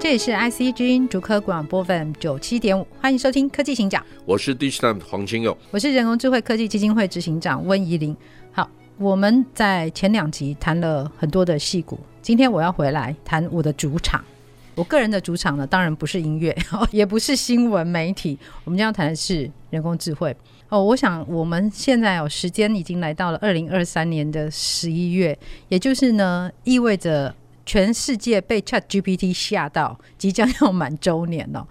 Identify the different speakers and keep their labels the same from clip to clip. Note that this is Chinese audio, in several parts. Speaker 1: 这里是 IC 之音竹科广播 FM 九七点五，欢迎收听科技行讲，
Speaker 2: 我是 Digitime 黄清佑。
Speaker 1: 我是人工智慧科技基金会执行长温怡玲。好，我们在前两集谈了很多的戏骨，今天我要回来谈我的主场。我个人的主场呢，当然不是音乐， 也不是新闻媒体，我们今天要谈的是人工智慧。哦，我想我们现在哦，时间已经来到了二零二三年的十一月，也就是呢，意味着全世界被 Chat GPT 吓到，即将要满周年了、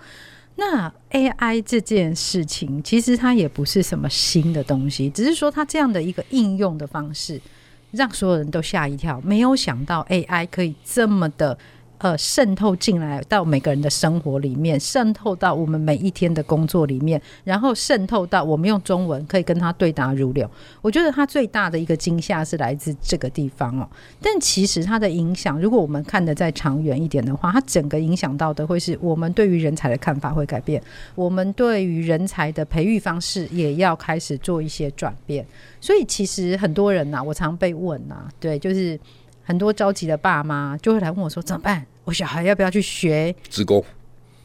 Speaker 1: 那 AI 这件事情，其实它也不是什么新的东西，只是说它这样的一个应用的方式，让所有人都吓一跳，没有想到 AI 可以这么的呃渗透进来到每个人的生活里面，渗透到我们每一天的工作里面，然后渗透到我们用中文可以跟它对答如流。我觉得它最大的一个惊吓是来自这个地方哦，但其实它的影响，如果我们看得再长远一点的话，它整个影响到的会是我们对于人才的看法会改变，我们对于人才的培育方式也要开始做一些转变。所以其实很多人呐、啊我常被问呐、对，就是很多着急的爸妈就会来问我说怎么办？我小孩要不要去学？
Speaker 2: 职工，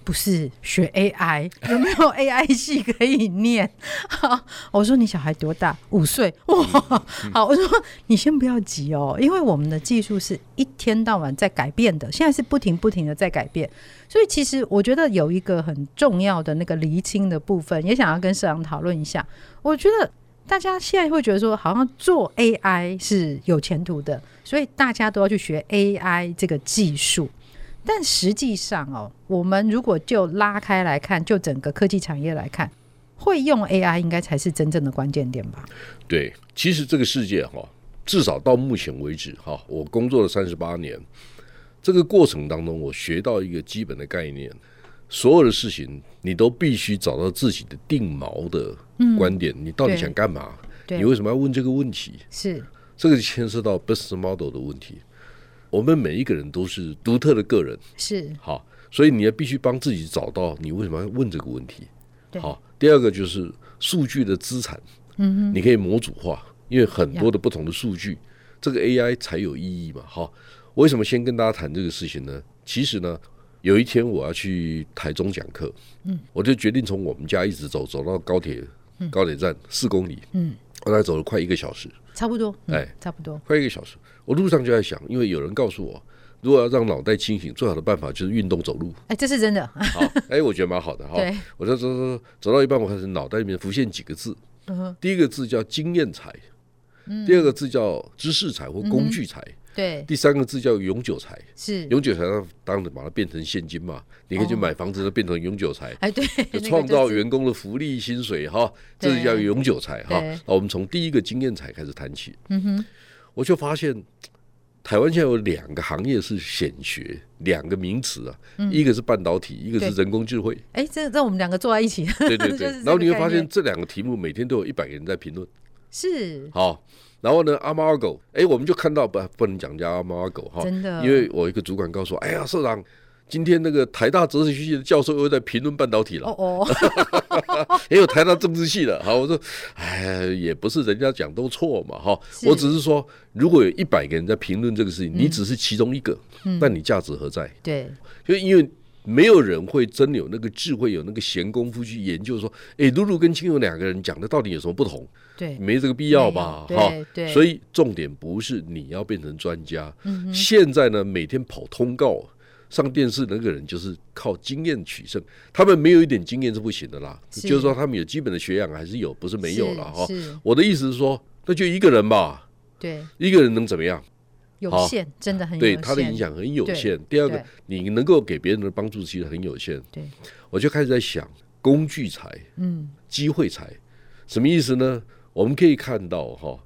Speaker 1: 不是学 AI，有没有 AI 系可以念？ 好，我说你小孩多大？五岁。哇，好，我说你先不要急哦，因为我们的技术是一天到晚在改变的，现在是不停不停的在改变，所以其实我觉得有一个很重要的那个厘清的部分，也想要跟社长讨论一下。我觉得大家现在会觉得说，好像做 AI 是有前途的，所以大家都要去学 AI 这个技术。但实际上哦，我们如果就拉开来看，就整个科技产业来看，会用 AI 应该才是真正的关键点吧？
Speaker 2: 对，其实这个世界哈，至少到目前为止哈，我工作了三十八年，这个过程当中，我学到一个基本的概念：所有的事情你都必须找到自己的定锚的观点，你到底
Speaker 1: 对
Speaker 2: 想干嘛？
Speaker 1: 嗯对
Speaker 2: 你为什么要问这个问题？
Speaker 1: 是，
Speaker 2: 这个牵涉到 business model 的问题。我们每一个人都是独特的个人，
Speaker 1: 是，
Speaker 2: 好，所以你要必须帮自己找到你为什么要问这个问题。
Speaker 1: 对
Speaker 2: 好，第二个就是数据的资产，嗯你可以模组化，因为很多的不同的数据，这个 AI 才有意义嘛。好，为什么先跟大家谈这个事情呢？其实呢，有一天我要去台中讲课，嗯，我就决定从我们家一直走走到高铁，高铁站四公里，嗯，我大概走了快一个小时，
Speaker 1: 差不多，嗯、
Speaker 2: 哎
Speaker 1: 差不多，
Speaker 2: 快一个小时。我路上就在想，因为有人告诉我，如果要让脑袋清醒，最好的办法就是运动走路。
Speaker 1: 哎，这是真的，
Speaker 2: 好，哎、我觉得蛮好的哈
Speaker 1: 对。
Speaker 2: 我就走走走走到一半，我开始脑袋里面浮现几个字，
Speaker 1: 嗯
Speaker 2: 第一个字叫经验财，第二个字叫知识财或工具财，
Speaker 1: 嗯对，
Speaker 2: 第三个字叫永久财。
Speaker 1: 是，
Speaker 2: 永久财当然把它变成现金嘛，你可以去买房子，它变成永久财。
Speaker 1: 哎，对，哦 那个
Speaker 2: 就
Speaker 1: 就
Speaker 2: 创造
Speaker 1: 是
Speaker 2: 员工的福利、薪水哈，这
Speaker 1: 对
Speaker 2: 是叫永久财哈
Speaker 1: 对。
Speaker 2: 那我们从第一个经验财开始谈起。嗯哼，我就发现台湾现在有两个行业是显学，两个名词啊，一个是半导体，一个是
Speaker 1: 嗯对
Speaker 2: 人工智慧。
Speaker 1: 哎，这这我们两个坐在一起，
Speaker 2: 对对
Speaker 1: 就是
Speaker 2: 对
Speaker 1: 这，个
Speaker 2: 然后你会
Speaker 1: 概
Speaker 2: 发现
Speaker 1: 念
Speaker 2: 这两个题目每天都有一百个人在评论，
Speaker 1: 是
Speaker 2: 好，然后呢，阿猫阿狗，哎，我们就看到不不能讲人家阿猫阿狗哈，
Speaker 1: 真的
Speaker 2: 因为我一个主管告诉我，哎呀，社长，今天那个台大哲学系的教授又在评论半导体了，
Speaker 1: 哦哦，
Speaker 2: 也有台大政治系的，好，我说，哎，也不是人家讲都错嘛，哈，
Speaker 1: 是嗯
Speaker 2: 我只是说，如果有一百个人在评论这个事情，你只是其中一个，那你价值何在？
Speaker 1: 对，
Speaker 2: 就因为没有人会真有那个智慧，有那个闲工夫去研究说，哎，露露跟青友两个人讲的到底有什么不同？
Speaker 1: 对，
Speaker 2: 没这个必要吧？
Speaker 1: 没有对对嗯
Speaker 2: 所以重点不是你要变成专家。现在呢，每天跑通告、上电视那个人就是靠经验取胜，他们没有一点经验是不行的啦。
Speaker 1: 是
Speaker 2: 就是说，他们有基本的学养还是有，不是没有了哈。
Speaker 1: 是，
Speaker 2: 我的意思是说，那就一个人吧，
Speaker 1: 对，
Speaker 2: 一个人能怎么样？
Speaker 1: 有
Speaker 2: 好
Speaker 1: 限，真的很有
Speaker 2: 对
Speaker 1: 限，
Speaker 2: 他的影，响很有
Speaker 1: 对
Speaker 2: 限。第二个
Speaker 1: 对，
Speaker 2: 你能够给别人的帮助其实很有限。
Speaker 1: 对，
Speaker 2: 我就开始在想工具财，嗯，机会财，什么意思呢？我们可以看到哈，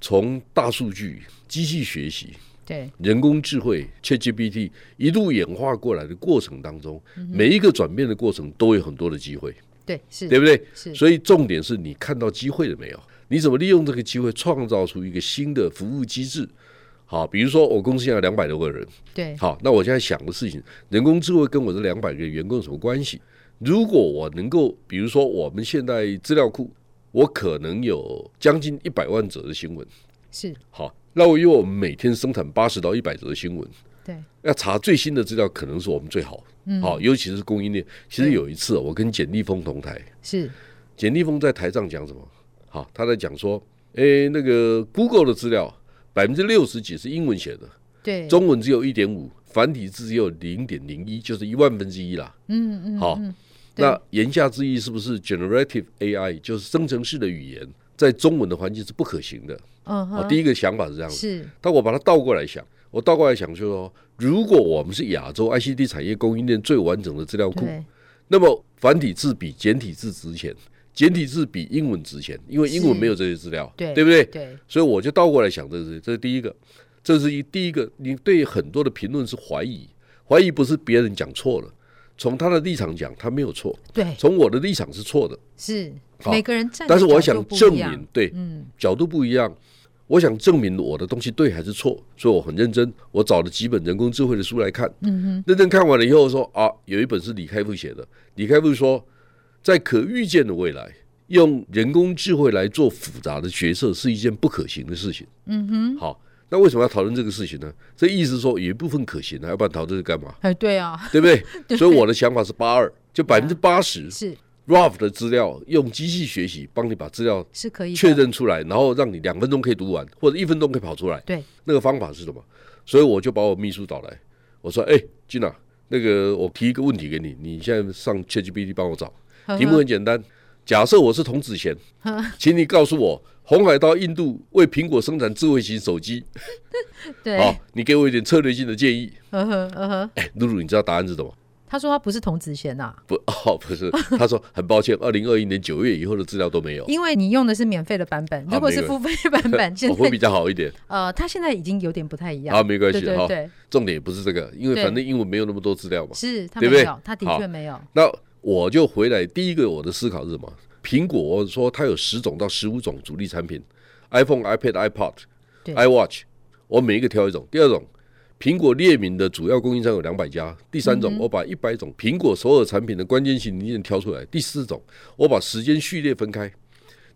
Speaker 2: 从大数据、机器学习、
Speaker 1: 对，
Speaker 2: 人工智慧 ChatGPT 一路演化过来的过程当中，
Speaker 1: 嗯
Speaker 2: 每一个转变的过程都有很多的机会，
Speaker 1: 对，是，
Speaker 2: 对不对？
Speaker 1: 是，
Speaker 2: 所以重点是你看到机会了没有？你怎么利用这个机会创造出一个新的服务机制？好，比如说我公司现在两百多个人，
Speaker 1: 对，
Speaker 2: 好，那我现在想的事情，人工智慧跟我这两百个员工有什么关系？如果我能够，比如说我们现在资料库，我可能有将近一百万则的新闻，
Speaker 1: 是，
Speaker 2: 好，那我因为我们每天生产八十到一百则的新闻，
Speaker 1: 对，
Speaker 2: 要查最新的资料，可能是我们最好，好，尤其是供应链。其实有一次、哦、我跟简立峰同台，
Speaker 1: 是，
Speaker 2: 简立峰在台上讲什么？好，他在讲说，诶，那个 Google 的资料百分之六十几是英文写的，
Speaker 1: 对，
Speaker 2: 中文只有一点五，繁体字只有零点零一，就是一万分之一啦。
Speaker 1: 嗯嗯，
Speaker 2: 好，
Speaker 1: 对
Speaker 2: 那言下之意是不是 generative AI 就是生成式的语言在中文的环境是不可行的？
Speaker 1: 嗯
Speaker 2: 啊，
Speaker 1: 哼，
Speaker 2: 第一个想法是这样子。
Speaker 1: 是，
Speaker 2: 但我把它倒过来想，我倒过来想就是说，如果我们是亚洲 ICD 产业供应链最完整的资料库，
Speaker 1: 对，
Speaker 2: 那么繁体字比简体字值钱，简体字比英文值钱，因为英文
Speaker 1: 是
Speaker 2: 没有这些资料，
Speaker 1: 对，
Speaker 2: 不对？
Speaker 1: 对，
Speaker 2: 所以我就倒过来想这是这是第一个，这是一第一个，你对很多的评论是怀疑，怀疑不是别人讲错了，从他的立场讲他没有错，
Speaker 1: 对，
Speaker 2: 从我的立场是错的，
Speaker 1: 是，
Speaker 2: 好
Speaker 1: 每个人站，
Speaker 2: 哎但是我想证明，，对，
Speaker 1: 嗯，
Speaker 2: 角度不一样，我想证明我的东西对还是错，所以我很认真，我找了几本人工智慧的书来看，嗯、认真看完了以后说啊，有一本是李开复写的，李开复说，在可预见的未来，用人工智慧来做复杂的决策是一件不可行的事情。嗯哼，好，那为什么要讨论这个事情呢？这意思是说有一部分可行啊，要不然讨论这个干嘛？
Speaker 1: 哎，对啊，
Speaker 2: 对不 对？啊所以我的想法是八二，就百分之八十
Speaker 1: 是
Speaker 2: RAF 的资料用机器学习帮你把资料
Speaker 1: 是可以的
Speaker 2: 确，认出来，然后让你两分钟可以读完，或者一分钟可以跑出来。
Speaker 1: 对，
Speaker 2: 那个方法是什么？所以我就把我秘书找来，我说：“哎、君娜，那个我提一个问题给你，你现在上 ChatGPT 帮我找。
Speaker 1: 呵
Speaker 2: 题目
Speaker 1: 呵
Speaker 2: 很简单，假设我是童子贤
Speaker 1: 呵，
Speaker 2: 请你告诉我，红海到印度为苹果生产智慧型手机。
Speaker 1: 对，
Speaker 2: 好，你给我一点策略性的建议。
Speaker 1: 呵呵呵呵，
Speaker 2: 哎，露露，你知道答案是什么？
Speaker 1: 他说他不是童子啊贤呐，
Speaker 2: 不，哦，不是。他说很抱歉，二零二一年九月以后的资料都 没有，
Speaker 1: 因为你用的是免费的版本，
Speaker 2: 好
Speaker 1: 如果是
Speaker 2: 没
Speaker 1: 付费版 本，现
Speaker 2: 我哦会比
Speaker 1: 在
Speaker 2: 较好 一点。
Speaker 1: 呃，他现在已经有点不太一样
Speaker 2: 啊，，没关系
Speaker 1: 对对
Speaker 2: 哈。
Speaker 1: 对，
Speaker 2: 重点也不是这个，因为
Speaker 1: 对
Speaker 2: 反正英文没有那么多资料嘛。
Speaker 1: 是他
Speaker 2: 对
Speaker 1: 没
Speaker 2: 不对
Speaker 1: 有，他的
Speaker 2: 好
Speaker 1: 确没有，
Speaker 2: 那我就回来，第一个我的思考是什么？苹果我说它有十种到十五种主力产品，iPhone、iPad、iPod、
Speaker 1: 对
Speaker 2: iWatch，我每一个挑一种。第二种，苹果列明的主要供应商有两百家。第三
Speaker 1: 嗯
Speaker 2: 种，我把一百种苹果所有产品的关键性零件挑出来。第四种，我把时间序列分开，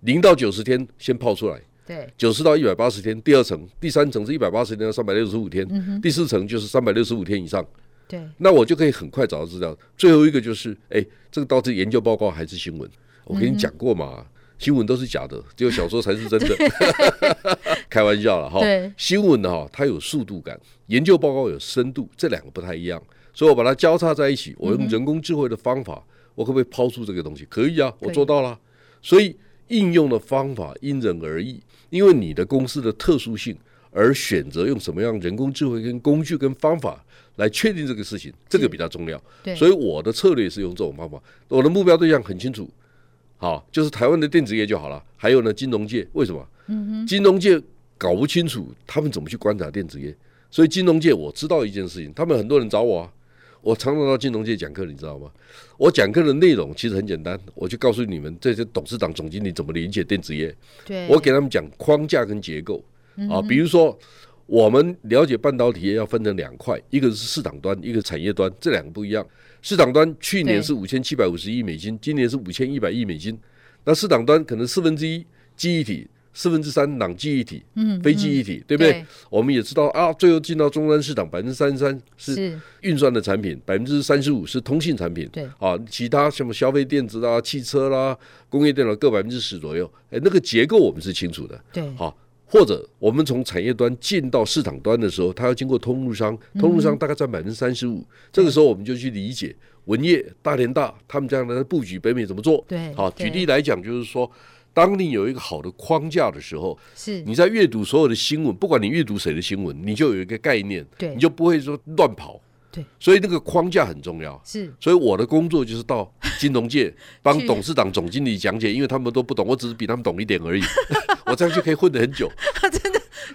Speaker 2: 零到九十天先泡出来。
Speaker 1: 对，
Speaker 2: 九十到一百八十天，第二层，第三层是一百八十天到三百六十五天，
Speaker 1: 嗯
Speaker 2: 第四层就是三百六十五天以上，
Speaker 1: 对，
Speaker 2: 那我就可以很快找到资料。最后一个就是，哎，这个到底研究报告还是新闻？我跟你讲过嘛，新闻都是假的，只有小说才是真的。开玩笑了哈
Speaker 1: 对，
Speaker 2: 新闻哈它有速度感，研究报告有深度，这两个不太一样，所以我把它交叉在一起，
Speaker 1: 嗯
Speaker 2: 我用人工智慧的方法，我可不可以抛出这个东西？可以啊，我
Speaker 1: 可以
Speaker 2: 做到了。所以应用的方法因人而异，因为你的公司的特殊性而选择用什么样人工智慧跟工具跟方法来确定这个事情，这个比较重要。
Speaker 1: 对，
Speaker 2: 所以我的策略是用这种方法，我的目标对象很清楚，好，就是台湾的电子业就好了。还有呢，金融界为什么？金融界搞不清楚他们怎么去观察电子业，所以金融界我知道一件事情，他们很多人找我啊。我常常到金融界讲课，你知道吗？我讲课的内容其实很简单，我就告诉你们这些董事长、总经理怎么理解电子业。
Speaker 1: 对，
Speaker 2: 我给他们讲框架跟结构啊，比如说我们了解半导体业要分成两块，一个是市场端，一个产业端，这两个不一样。市场端去年
Speaker 1: 对
Speaker 2: 是五千七百五十亿美金，今年是五千一百亿美金。那市场端可能四分之一记忆体，四分之三朗记忆体，嗯，非记忆体，对不对？
Speaker 1: 对
Speaker 2: 我们也知道啊，最后进到终端市场百分之三十三是
Speaker 1: 是
Speaker 2: 运算的产品，百分之三十五是通信产品，
Speaker 1: 对
Speaker 2: 啊，其他什么消费电子啦、汽车啦、工业电脑各百分之十左右，哎，那个结构我们是清楚的，
Speaker 1: 对，
Speaker 2: 好、或者我们从产业端进到市场端的时候，它要经过通路商，
Speaker 1: 嗯
Speaker 2: 通路商大概占百分之三十五，这个时候我们就去理解文业、大连大他们这样的布局北美怎么做。
Speaker 1: 对
Speaker 2: 好、
Speaker 1: 对
Speaker 2: 举例来讲就是说，当你有一个好的框架的时候，
Speaker 1: 是
Speaker 2: 你在阅读所有的新闻，不管你阅读谁的新闻，你就有一个概念，
Speaker 1: 对
Speaker 2: 你就不会说乱跑。
Speaker 1: 对，
Speaker 2: 所以那个框架很重要。
Speaker 1: 是
Speaker 2: 所以我的工作就是到金融界帮
Speaker 1: 去
Speaker 2: 董事长、总 经理讲解，因为他们都不懂，我只是比他们懂一点而已。我这样就可以混得很久。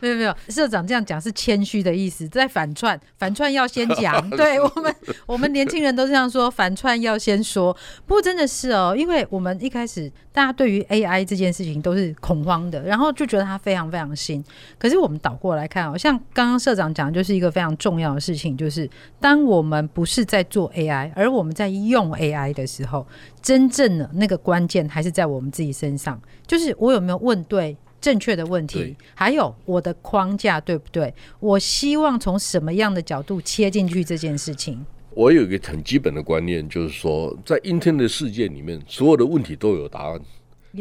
Speaker 1: 没有没有，社长这样讲是谦虚的意思，在反串，反串要先讲。对我们，我们年轻人都这样说，反串要先说。不过真的是哦，因为我们一开始大家对于 AI 这件事情都是恐慌的，然后就觉得它非常非常新。可是我们倒过来看哦，像刚刚社长讲，就是一个非常重要的事情，就是当我们不是在做 AI，而我们在用 AI 的时候，真正的那个关键还是在我们自己身上，就是我有没有问对。正确的问题
Speaker 2: 对，
Speaker 1: 还有我的框架对不对？我希望从什么样的角度切进去这件事情？
Speaker 2: 我有一个很基本的观念，就是说，在 Internet 的世界里面，所有的问题都有答案，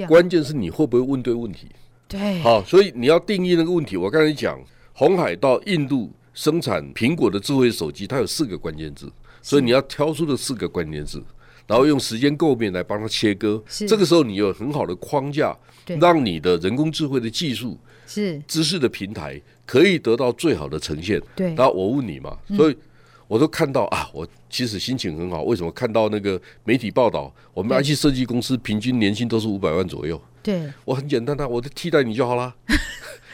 Speaker 2: 关键是你会不会问对问题。
Speaker 1: 对，
Speaker 2: 好，所以你要定义那个问题。我刚才讲，红海到印度生产苹果的智慧手机，它有四个关键字，所以你要挑出这四个关键字，然后用时间构面来帮它切割。
Speaker 1: 是
Speaker 2: 这个时候你有很好的框架
Speaker 1: 对，
Speaker 2: 让你的人工智慧的技术、
Speaker 1: 是
Speaker 2: 知识的平台可以得到最好的呈现。
Speaker 1: 对嗯
Speaker 2: 然后我问你嘛，所以我都看到啊，我其实心情很好。为什么看到那个媒体报道，我
Speaker 1: 嗯
Speaker 2: 们 IT 设计公司平均年薪都是五百万左右？
Speaker 1: 对，
Speaker 2: 我很简单啊的、我就替代你就 好啦。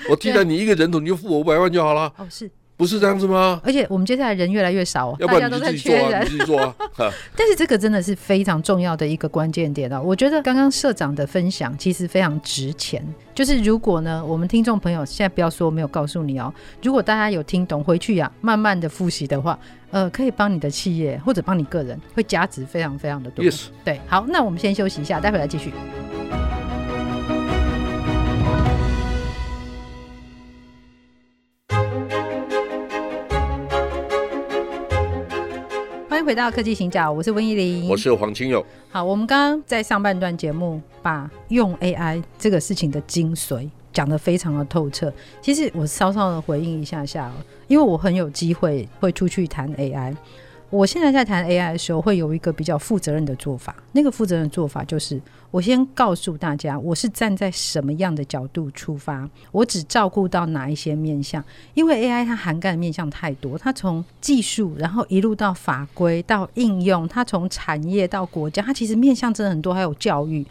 Speaker 2: 我替代你一个人头，你就付我五百万就好啦，
Speaker 1: 哦是，
Speaker 2: 不是这样子吗？
Speaker 1: 而且我们接下来人越来越少哦，
Speaker 2: 要不
Speaker 1: 大家
Speaker 2: 然你
Speaker 1: 都
Speaker 2: 就
Speaker 1: 在
Speaker 2: 自己
Speaker 1: 缺
Speaker 2: 做啊，
Speaker 1: 人
Speaker 2: 你。自己做 啊。哈
Speaker 1: 但是这个真的是非常重要的一个关键点啊！我觉得刚刚社长的分享其实非常值钱。就是如果呢，我们听众朋友现在不要说没有告诉你哦，如果大家有听懂，回去呀、慢慢的复习的话，呃，可以帮你的企业或者帮你个人会价值非常非常的多。
Speaker 2: yes，
Speaker 1: 对，嗯好，那我们先休息一下，待会来继续。欢迎回到科技行脚，我是温依玲，
Speaker 2: 我是黄清友。
Speaker 1: 好，我们刚刚在上半段节目把用 AI 这个事情的精髓讲得非常的透彻。其实我稍稍的回应一下下、哦，因为我很有机会会出去谈 AI。我现在在谈 AI 的时候，会有一个比较负责任的做法。那个负责任的做法就是，我先告诉大家，我是站在什么样的角度出发，我只照顾到哪一些面向。因为 AI 它涵盖的面向太多，它从技术，然后一路到法规，到应用，它从产业到国家，它其实面向真的很多，还有教育。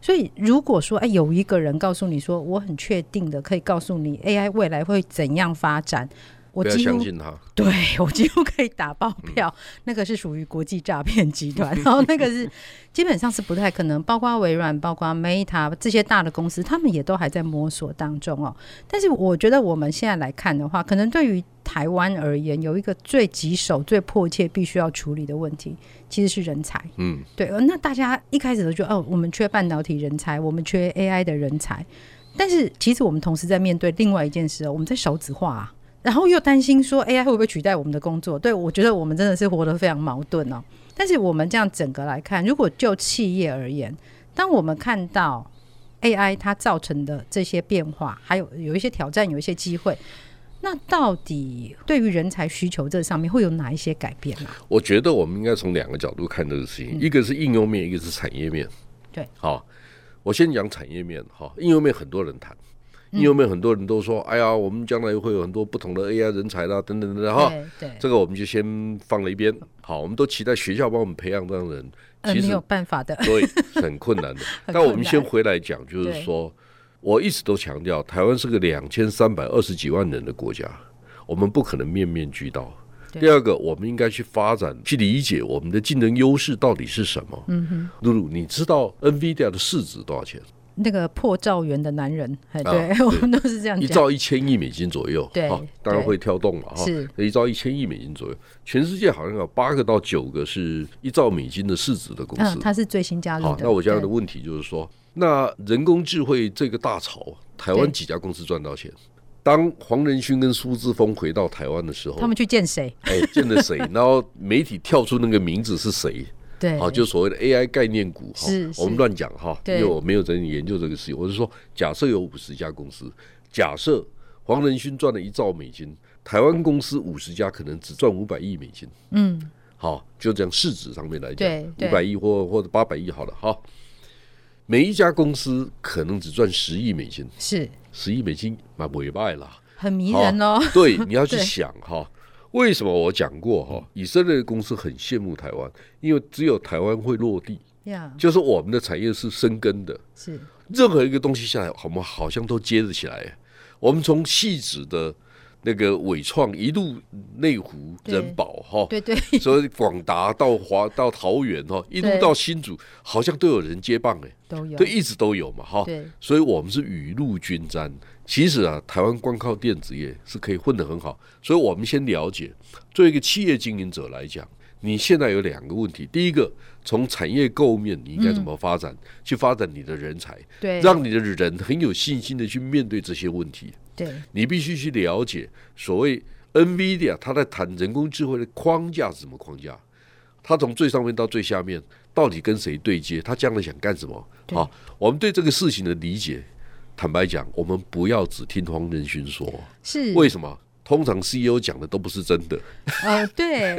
Speaker 1: 所以如果说，哎，有一个人告诉你说，我很确定的可以告诉你 AI 未来会怎样发展，我
Speaker 2: 不要
Speaker 1: 几乎
Speaker 2: 相信他，
Speaker 1: 对我几乎可以打包票，那个是属于国际诈骗集团，然后那个是基本上是不太可能，包括微软、包括 Meta 这些大的公司，他们也都还在摸索当中哦。但是我觉得我们现在来看的话，可能对于台湾而言，有一个最棘手、最迫切必须要处理的问题，其实是人才。
Speaker 2: 嗯，
Speaker 1: 对，呃那大家一开始都觉得哦，我们缺半导体人才，我们缺 AI 的人才，但是其实我们同时在面对另外一件事哦，我们在少子化、啊，然后又担心说 AI 会不会取代我们的工作？对我觉得我们真的是活得非常矛盾哦。但是我们这样整个来看，如果就企业而言，当我们看到 AI 它造成的这些变化，还有有一些挑战，有一些机会。那到底对于人才需求这上面会有哪一些改变啊？
Speaker 2: 我觉得我们应该从两个角度看这个事情，一个是应用面，一个是产业面。
Speaker 1: 嗯对，
Speaker 2: 好，我先讲产业面哈，应用面很多人谈。
Speaker 1: 嗯
Speaker 2: 应用面很多人都说，哎呀，我们将来会有很多不同的 AI 人才啦，等等等等哈。
Speaker 1: 对对，
Speaker 2: 这个我们就先放了一边。好，我们都期待学校帮我们培养这样的人，
Speaker 1: 呃，
Speaker 2: 其
Speaker 1: 没
Speaker 2: 实
Speaker 1: 有办法 的，
Speaker 2: 对，是很困难的。
Speaker 1: 很
Speaker 2: 但我们
Speaker 1: 困难
Speaker 2: 先回来讲，就是
Speaker 1: 对
Speaker 2: 说，我一直都强调，台湾是个两千三百二十几万人的国家，我们不可能面面俱到。
Speaker 1: 对
Speaker 2: 第二个，我们应该去发展、去理解我们的竞争优势到底是什么。嗯哼，露露，你知道 NVIDIA 的市值多少钱？
Speaker 1: 那个破兆元的男人，哎，
Speaker 2: 啊
Speaker 1: 嗯对、
Speaker 2: 对
Speaker 1: 我们都是这样
Speaker 2: 一
Speaker 1: 讲，
Speaker 2: 兆一千亿美金左右，
Speaker 1: 对
Speaker 2: 哈当然
Speaker 1: 对
Speaker 2: 会跳动了哈
Speaker 1: 是，
Speaker 2: 一兆一千亿美金左右，全世界好像有八个到九个是一兆美金的市值的公司
Speaker 1: 嗯，，他是最新加入
Speaker 2: 好
Speaker 1: 的。，
Speaker 2: 哦那我现在的
Speaker 1: 对
Speaker 2: 问题就是说，那人工智慧这个大潮，台
Speaker 1: 对
Speaker 2: 湾几家公司赚到钱？当黄仁勋跟苏志峰回到台湾的时候
Speaker 1: 他，们去见谁？
Speaker 2: 哎，见了谁？ 然后媒体跳出那个名字是谁？
Speaker 1: 对，
Speaker 2: 啊，就所谓的 AI 概念股哈
Speaker 1: 是，是
Speaker 2: 我们乱讲哈，因
Speaker 1: 对
Speaker 2: 为我没有真研究这个事情。我是说，假设有五十家公司，假设黄仁勋赚了一兆美金，台湾公司五十家可能只赚五百亿美金。
Speaker 1: 嗯，
Speaker 2: 好，就这样市值上面来讲
Speaker 1: 对，对
Speaker 2: 五百亿或或者八百亿好了哈。每一家公司可能只赚十亿美金，
Speaker 1: 是
Speaker 2: 十亿美金嘛，尾败啦。
Speaker 1: 很迷人哦。
Speaker 2: 对，你要去
Speaker 1: 对
Speaker 2: 想哈，为什么我讲过哈，以色列的公司很羡慕台湾，因为只有台湾会落地，
Speaker 1: 呀，
Speaker 2: 就是我们的产业是生根的，
Speaker 1: 是
Speaker 2: 任何一个东西下来，我们好像都接得起来。我们从戏子的那个伟创一路内湖
Speaker 1: 对
Speaker 2: 人保哈，
Speaker 1: 对对，
Speaker 2: 所以广达到华到桃园哈，一路
Speaker 1: 对
Speaker 2: 到新竹，好像都有人接棒哎、
Speaker 1: 都有
Speaker 2: 对，一哦直都有嘛哈。
Speaker 1: 对
Speaker 2: 所以我们是雨露均沾。其实啊，台湾光靠电子业是可以混得很好，所以我们先了解，作为一个企业经营者来讲，你现在有两个问题：第一个，从产业构面你应该怎么发展，去发展你的人才，
Speaker 1: 对，
Speaker 2: 让你的人很有信心的去面对这些问题。
Speaker 1: 对
Speaker 2: 你必须去了解所谓 NVIDIA 它在谈人工智慧的框架是什么框架，它从最上面到最下面到底跟谁对接，它将来想干什么？
Speaker 1: 对
Speaker 2: 啊，我们对这个事情的理解，坦白讲，我们不要只听黄仁勋说，
Speaker 1: 是
Speaker 2: 为什么？通常 CEO 讲的都不是真的，
Speaker 1: 呃 对，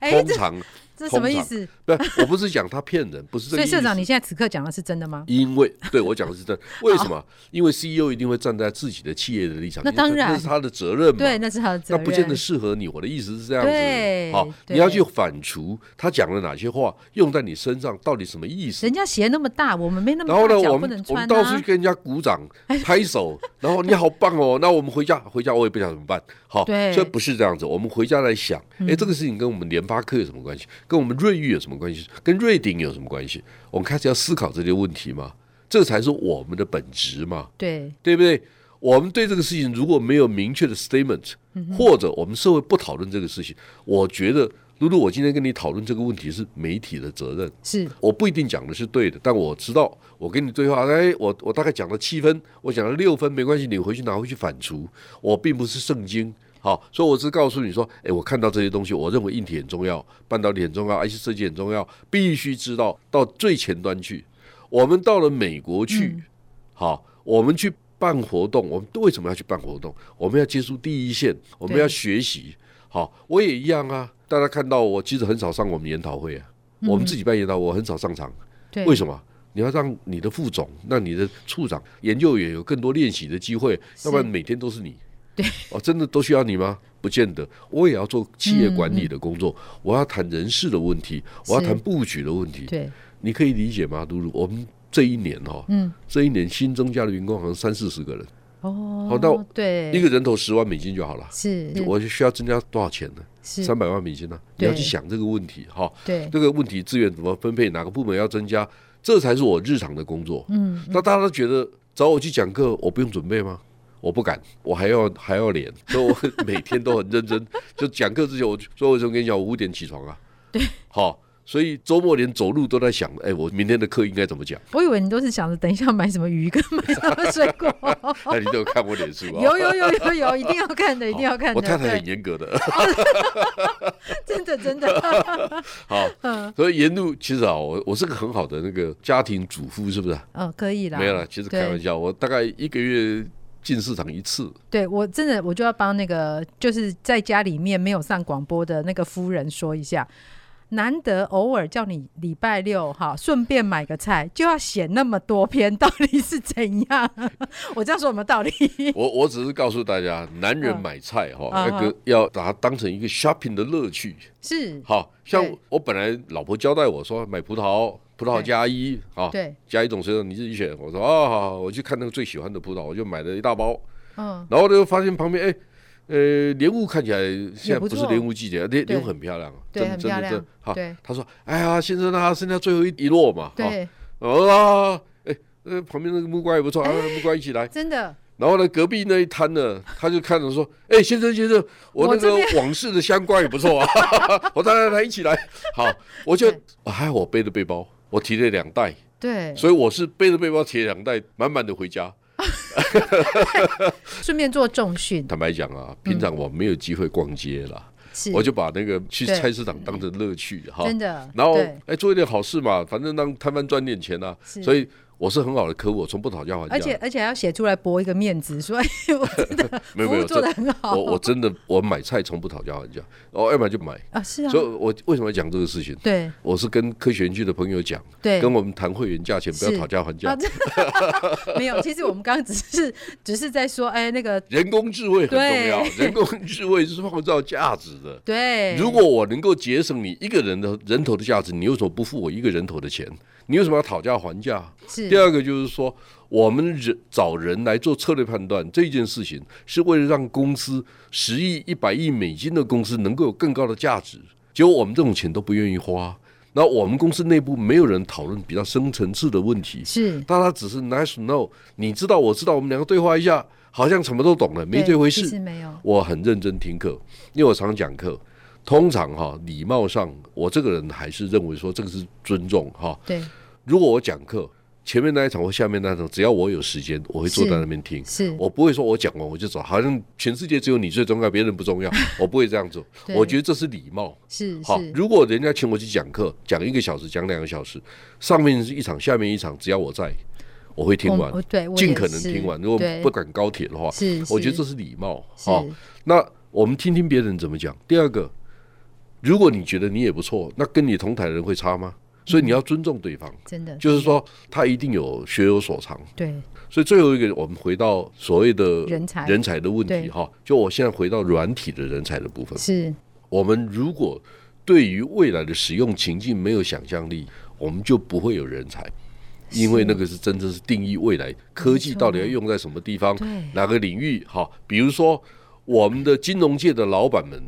Speaker 1: 哎、
Speaker 2: 通
Speaker 1: 这
Speaker 2: 常
Speaker 1: 这什么意
Speaker 2: 通常
Speaker 1: 思？
Speaker 2: 不，我不是讲他骗人，不是这
Speaker 1: 所
Speaker 2: 个
Speaker 1: 以
Speaker 2: 意思。
Speaker 1: 社长，你现在此刻讲的是真的吗？
Speaker 2: 因为对我讲的 是真的，为什么？因为 CEO 一定会站在自己的企业的立场，
Speaker 1: 那当然
Speaker 2: 那是他的责任嘛。
Speaker 1: 对，那是他的责
Speaker 2: 那
Speaker 1: 任。
Speaker 2: 不见得适合你。我的意思是这样
Speaker 1: 对
Speaker 2: 子，好，
Speaker 1: 对
Speaker 2: 你要去反刍他讲了哪些话，用在你身上到底什么意思
Speaker 1: 人。家鞋那么大，我们没那么
Speaker 2: 然后呢，
Speaker 1: 大脚
Speaker 2: 我
Speaker 1: 不
Speaker 2: 们
Speaker 1: 能
Speaker 2: 我
Speaker 1: 穿
Speaker 2: 们到处
Speaker 1: 啊
Speaker 2: 去。跟人家鼓掌、拍 手，然后你好棒哦。那我们回家，回家我也不想怎么办。好，
Speaker 1: 对嗯
Speaker 2: 所以不是这样子。我们回家来想，哎，这个事情跟我们联发科有什么关系？跟我们瑞昱有什么关系？跟瑞鼎有什么关系？我们开始要思考这些问题嘛，这才是我们的本质嘛。
Speaker 1: 对
Speaker 2: 对不对？我们对这个事情如果没有明确的 statement，、或者我们社会不讨论这个事情，我觉得，露露，我今天跟你讨论这个问题是媒体的责任。
Speaker 1: 是，
Speaker 2: 我不一定讲的是对的，但我知道，我跟你对话，哎，我我大概讲了七分，我讲了六分，没关系，你回去拿回去反刍。我并不是圣经，好，所以我只告诉你说，哎，我看到这些东西，我认为硬体很重要，半导体很重要，IC 设计很重要，必须知道到最前端去。我们到了美国去，好，我们去办活动，我们为什么要去办活动？我们要接触第一线，我们
Speaker 1: 对
Speaker 2: 要学习。好，我也一样啊。大家看到我，其实很少上我们研讨会啊，我们自己办研讨会，我很少上场。
Speaker 1: 嗯对，
Speaker 2: 为
Speaker 1: 么？
Speaker 2: 什么？你要让你的副总、让你的处长、研究员有更多练习的机会，
Speaker 1: 是
Speaker 2: 要不然每天都是你。
Speaker 1: 对，
Speaker 2: 哦，真的都需要你吗？不见得，我也要做企业管理的工作，我要谈人事的问题，我要
Speaker 1: 嗯是
Speaker 2: 谈布局的问题。
Speaker 1: 对，
Speaker 2: 你可以理解吗，露露？我们这一年哈、
Speaker 1: 嗯，
Speaker 2: 这一年新增加的员工好像三四十个人，
Speaker 1: 哦，
Speaker 2: 好那
Speaker 1: 对，
Speaker 2: 一个人头十万美金就好了。
Speaker 1: 是
Speaker 2: 我需要增加多少钱呢？
Speaker 1: 是
Speaker 2: 三百万美金呢、你
Speaker 1: 对
Speaker 2: 要去想这个问题哈。
Speaker 1: 对
Speaker 2: 这个问题资源怎么分配，哪个部门要增加，这才是我日常的工作。嗯，那大家都觉得找我去讲课，我不用准备吗？我不敢，我还要还要脸，所以我每天都很认真。就讲课之前，我就所以我就跟你讲，我五点起床啊。对，好，所以周末连走路都在想，哎，我明天的课应该怎 么讲？
Speaker 1: 我以为你都是想着等一下买什么鱼跟买什么水果，
Speaker 2: 哎那你都有看我脸书啊？
Speaker 1: 有有有有有，一定要看的，一定要看的。
Speaker 2: 我太太
Speaker 1: 对
Speaker 2: 很严格的，
Speaker 1: 真的真 的，
Speaker 2: 好， 所以沿路其实啊，我我是个很好的那个家庭主妇，是不是啊？
Speaker 1: 嗯，可以啦。
Speaker 2: 没有了，其实
Speaker 1: 对
Speaker 2: 开玩笑，我大概一个月进市场一次，
Speaker 1: 对我真的我就要帮那个就是在家里面没有上广播的那个夫人说一下，难得偶尔叫你礼拜六哈，顺便买个菜，就要写那么多篇， 到底是怎样？ 我这样说有没有道理？
Speaker 2: 我我只是告诉大家，男人买菜哈、
Speaker 1: 嗯
Speaker 2: 那个要把它当成一个 shopping 的乐趣。
Speaker 1: 是，
Speaker 2: 好像
Speaker 1: 对
Speaker 2: 我本来老婆交代我说买葡萄，葡萄
Speaker 1: 对
Speaker 2: 加一啊，
Speaker 1: 对，
Speaker 2: 加一种水果你自己选。我说啊，好好我去看那个最喜欢的葡萄，我就买了一大包，
Speaker 1: 嗯，
Speaker 2: 然后就发现旁边哎。呃，莲雾看起来现在
Speaker 1: 也不
Speaker 2: 不
Speaker 1: 错
Speaker 2: 是莲雾季节，莲
Speaker 1: 对
Speaker 2: 莲雾很漂亮啊，
Speaker 1: 对
Speaker 2: 真的
Speaker 1: 很
Speaker 2: 真
Speaker 1: 漂
Speaker 2: 的
Speaker 1: 亮
Speaker 2: 真的哈
Speaker 1: 对。
Speaker 2: 他说：“哎呀，先生啊，剩下最后一一落嘛。”啊，
Speaker 1: 对，
Speaker 2: 哦啊，哎，呃，旁边那个木瓜也不错，啊，木瓜一起来。
Speaker 1: 真的，
Speaker 2: 然后呢，隔壁那一 摊呢，他就看着说：“哎、先生先生，我那
Speaker 1: 我这
Speaker 2: 个往事的香瓜也 不错啊，我来来来，一起来。”好，我就
Speaker 1: 对
Speaker 2: 还好我背着背包，我提了两袋，
Speaker 1: 对，
Speaker 2: 所以我是背着背包提了两袋，满满的回家。
Speaker 1: 顺便做重训
Speaker 2: 坦白讲啊，平常我没有机会逛街啦，
Speaker 1: 是，
Speaker 2: 我就把那个去
Speaker 1: 对
Speaker 2: 菜市场当成乐趣哈。
Speaker 1: 嗯真的，
Speaker 2: 然后
Speaker 1: 对，
Speaker 2: 哎，做一点好事嘛，反正让摊贩赚点钱啊。
Speaker 1: 是
Speaker 2: 所以我是很好的客户，我从不讨价还价。
Speaker 1: 而且而且还要写出来博一个面子，所以 我真的
Speaker 2: 没有
Speaker 1: 服
Speaker 2: 没
Speaker 1: 务
Speaker 2: 有
Speaker 1: 做
Speaker 2: 这
Speaker 1: 的很好。
Speaker 2: 我我真的我买菜从不讨价还价，哦，要买就买。
Speaker 1: 啊是啊
Speaker 2: 所，以，我为什么要讲这个事情？
Speaker 1: 对
Speaker 2: 我是跟科学园区的朋友讲，
Speaker 1: 对，
Speaker 2: 跟我们谈会员价钱，不要
Speaker 1: 是
Speaker 2: 讨价还
Speaker 1: 啊，
Speaker 2: 价。
Speaker 1: 这 没有，其实我们刚刚只是只是在说，哎，那个
Speaker 2: 人工智慧很重要，
Speaker 1: 对
Speaker 2: 人工智慧是创造价值的。
Speaker 1: 对，
Speaker 2: 如果我能够节省你一个人的人头的价值，你为什么不付我一个人头的钱？你为什么要讨价还价？
Speaker 1: 是
Speaker 2: 第二个就是说，我们人找人来做策略判断这件事情，是为了让公司十亿、一百亿美金的公司能够有更高的价值。结果我们这种钱都不愿意花，那我们公司内部没有人讨论比较深层次的问题，
Speaker 1: 是
Speaker 2: 大家只是 nice to know，你知道我知道，我们两个对话一下，好像什么都懂了，没这回
Speaker 1: 对其实
Speaker 2: 事。
Speaker 1: 没有，
Speaker 2: 我很认真听课，因为我常讲课。通常哈，礼貌上，我这个人还是认为说这个是尊重哈。
Speaker 1: 对，
Speaker 2: 如果我讲课，前面那一场或下面那一场，只要我有时间，我会坐在那边听。
Speaker 1: 是
Speaker 2: 我不会说我讲完我就走，好像全世界只有你最重要，别人 不重要。我不会这样做，
Speaker 1: 对
Speaker 2: 我觉得这是礼貌。
Speaker 1: 是
Speaker 2: 好，
Speaker 1: 是，
Speaker 2: 如果人家请我去讲课，讲一个小时，讲两个小时，上面是一场，下面一场，只要我在，我会听完
Speaker 1: 哦我，我对，我
Speaker 2: 尽
Speaker 1: 也
Speaker 2: 可能
Speaker 1: 是
Speaker 2: 听完。如果
Speaker 1: 对
Speaker 2: 不赶高铁的话，
Speaker 1: 是，
Speaker 2: 我觉得这
Speaker 1: 是
Speaker 2: 是礼貌。
Speaker 1: 是
Speaker 2: 好，那我们听听别人怎么讲。第二个，如果你觉得你也不错，那跟你同台的人会差吗？所以你要尊重对方，
Speaker 1: 真的，
Speaker 2: 就是说他一定有学有所长。
Speaker 1: 对
Speaker 2: 所以最后一个，我们回到所谓的
Speaker 1: 人才
Speaker 2: 人才的问
Speaker 1: 对
Speaker 2: 题哈，就我现在回到软体的人才的部分。
Speaker 1: 是
Speaker 2: 我们如果对于未来的使用情境没有想象力，我们就不会有人才，因为那个是真正是定义未来科技
Speaker 1: 没错
Speaker 2: 到底要用在什么地方
Speaker 1: 对、
Speaker 2: 哪个领域。哈，比如说我们的金融界的老板们，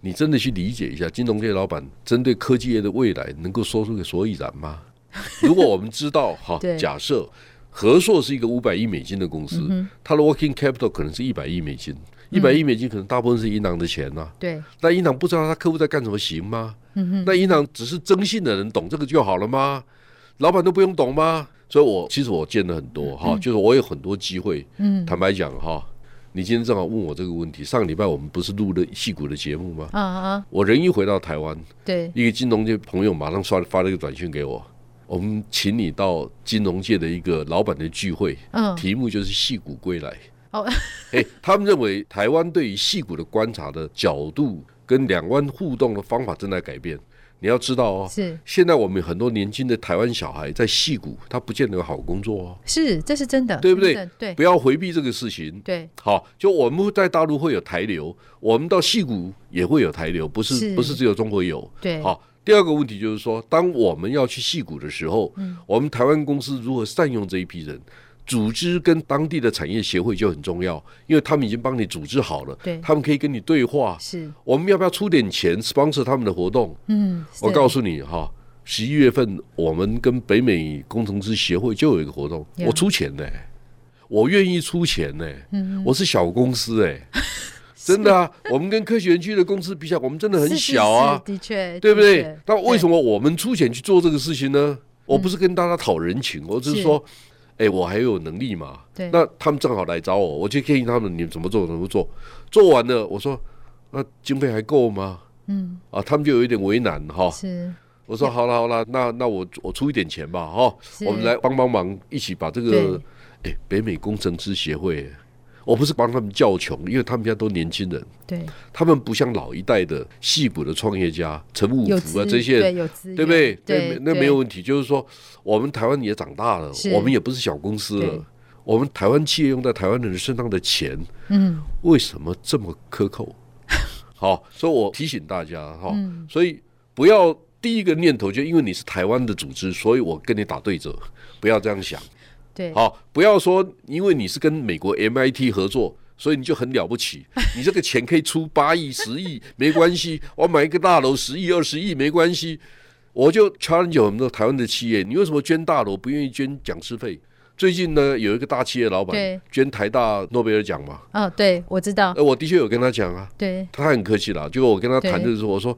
Speaker 2: 你真的去理解一下，金融界老板针对科技业的未来能够说出个所以然吗？ 如果我们知道哈
Speaker 1: 对，
Speaker 2: 假设和硕是一个五百亿美金的公司，
Speaker 1: 嗯
Speaker 2: 它的 working capital 可能是一百亿美金，一百亿美金可能大部分是银行的钱啊呐、
Speaker 1: 对
Speaker 2: 那银行不知道他客户在干什么行吗？那银行只是征信的人懂这个就好了吗？老板都不用懂吗？所以我其实我见了很多哈，就是我有很多机会。嗯，坦白讲哈，你今天正好问我这个问题。上个礼拜我们不是录了戏骨的节目吗？
Speaker 1: 啊啊，
Speaker 2: 我人一回到台湾，
Speaker 1: 对
Speaker 2: 一个金融界朋友马上刷发了一个短信给我，我们请你到金融界的一个老板的聚会，
Speaker 1: 嗯
Speaker 2: 题目就是戏骨归来。
Speaker 1: 哦，
Speaker 2: 哎，他们认为台湾对于戏骨的观察的角度跟两湾互动的方法正在改变。你要知道哦，
Speaker 1: 是
Speaker 2: 现在我们有很多年轻的台湾小孩在戏骨，他不见得有好工作哦，
Speaker 1: 是，这是真的，
Speaker 2: 对不
Speaker 1: 啊真
Speaker 2: 对
Speaker 1: 的对
Speaker 2: 不要回避这个事情。
Speaker 1: 对
Speaker 2: 好，就我们在大陆会有台流，我们到戏骨也会有台流，不是
Speaker 1: 是
Speaker 2: 不是只有中国有。
Speaker 1: 对，
Speaker 2: 好，第二个问题就是说，当我们要去戏骨的时候，
Speaker 1: 嗯
Speaker 2: 我们台湾公司如何善用这一批人？组织跟当地的产业协会就很重要，因为他们已经帮你组织好了
Speaker 1: 对，
Speaker 2: 他们可以跟你对话。
Speaker 1: 是，
Speaker 2: 我们要不要出点钱 sponsor 他们的活动？
Speaker 1: 嗯，
Speaker 2: 我
Speaker 1: 对
Speaker 2: 告诉你哈，十一月份我们跟北美工程师协会就有一个活动，
Speaker 1: Yeah
Speaker 2: 我出钱呢、我愿意出钱呢、
Speaker 1: 嗯
Speaker 2: 我是小公司哎、真的啊， 我们跟科学园区的公司比起来，我们真的很
Speaker 1: 是是
Speaker 2: 小啊。
Speaker 1: 是的确，
Speaker 2: 对不
Speaker 1: 的
Speaker 2: 对
Speaker 1: 确？
Speaker 2: 那为什么我们出钱去做这个事情呢？我不是跟大家讨人情，我只是说，哎，我还有能力嘛
Speaker 1: 嗯对。
Speaker 2: 那他们正好来找我，我就建议他们你们怎么做怎么做。做完了，我说那经费还够吗？嗯，啊，他们就有一点为难哈。
Speaker 1: 是
Speaker 2: 我说好了好了，那那我我出一点钱吧哈，
Speaker 1: 是
Speaker 2: 我们来帮帮忙，一起把这个哎北美工程师协会，我不是帮他们叫穷，因为他们现在都年轻人。
Speaker 1: 对
Speaker 2: 他们不像老一代的戏骨的创业家陈武
Speaker 1: 有
Speaker 2: 福啊
Speaker 1: 资
Speaker 2: 这些
Speaker 1: 对
Speaker 2: 人，
Speaker 1: 有资源，
Speaker 2: 对不对？
Speaker 1: 对，
Speaker 2: 那没有
Speaker 1: 对
Speaker 2: 问题。就是说，我们台湾也长大了
Speaker 1: 是，
Speaker 2: 我们也不是小公司
Speaker 1: 对
Speaker 2: 了。我们台湾企业用在台湾人身上的钱，
Speaker 1: 嗯
Speaker 2: 为什么这么克扣？ 好，所以我提醒大家哈、
Speaker 1: 嗯
Speaker 2: 所以不要第一个念头就因为你是台湾的组织，所以我跟你打对折，不要这样想。
Speaker 1: 对
Speaker 2: 好，不要说因为你是跟美国 MIT 合作，所以你就很了 不起，你这个钱可以出八亿、十亿没关系，我买一个大楼十亿、二十亿没关系，我就 challenge 我们的台湾的企业，你为什么捐大楼不愿意捐讲师费？最近呢，有一个大企业老
Speaker 1: 对
Speaker 2: 板捐台大诺贝尔奖嘛，
Speaker 1: 嗯，对我知道，
Speaker 2: 呃，我的确有跟他讲啊，
Speaker 1: 对
Speaker 2: 他很客气啦，就我跟他谈
Speaker 1: 对
Speaker 2: 的时候，我说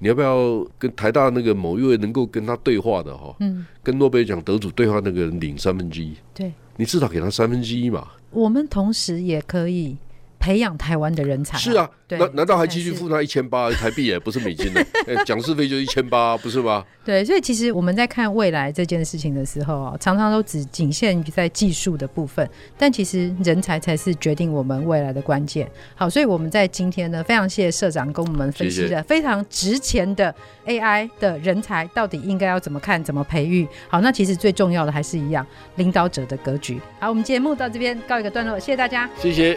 Speaker 2: 你要不要跟台大那个某一位能够跟他对话的哈、
Speaker 1: 嗯
Speaker 2: 跟诺贝尔奖得主对话那个人领三分之一，
Speaker 1: 对，
Speaker 2: 你至少给他三分之一嘛。
Speaker 1: 我们同时也可以培养台湾的人才，
Speaker 2: 是啊，
Speaker 1: 对
Speaker 2: 难难道还
Speaker 1: 真的
Speaker 2: 继续
Speaker 1: 是
Speaker 2: 付他一千八台币也不是美金的？ 哎讲师费就一千八，不是吗？
Speaker 1: 对，所以其实我们在看未来这件事情的时候啊，常常都只仅限于在技术的部分，但其实人才才是决定我们未来的关键。好，所以我们在今天呢，非常谢谢社长跟我们分析
Speaker 2: 谢谢
Speaker 1: 了非常值钱的 AI 的人才到底应该要怎么看、怎么培育。好，那其实最重要的还是一样，领导者的格局。好，我们节目到这边告一个段落，谢谢大家。
Speaker 2: 谢谢。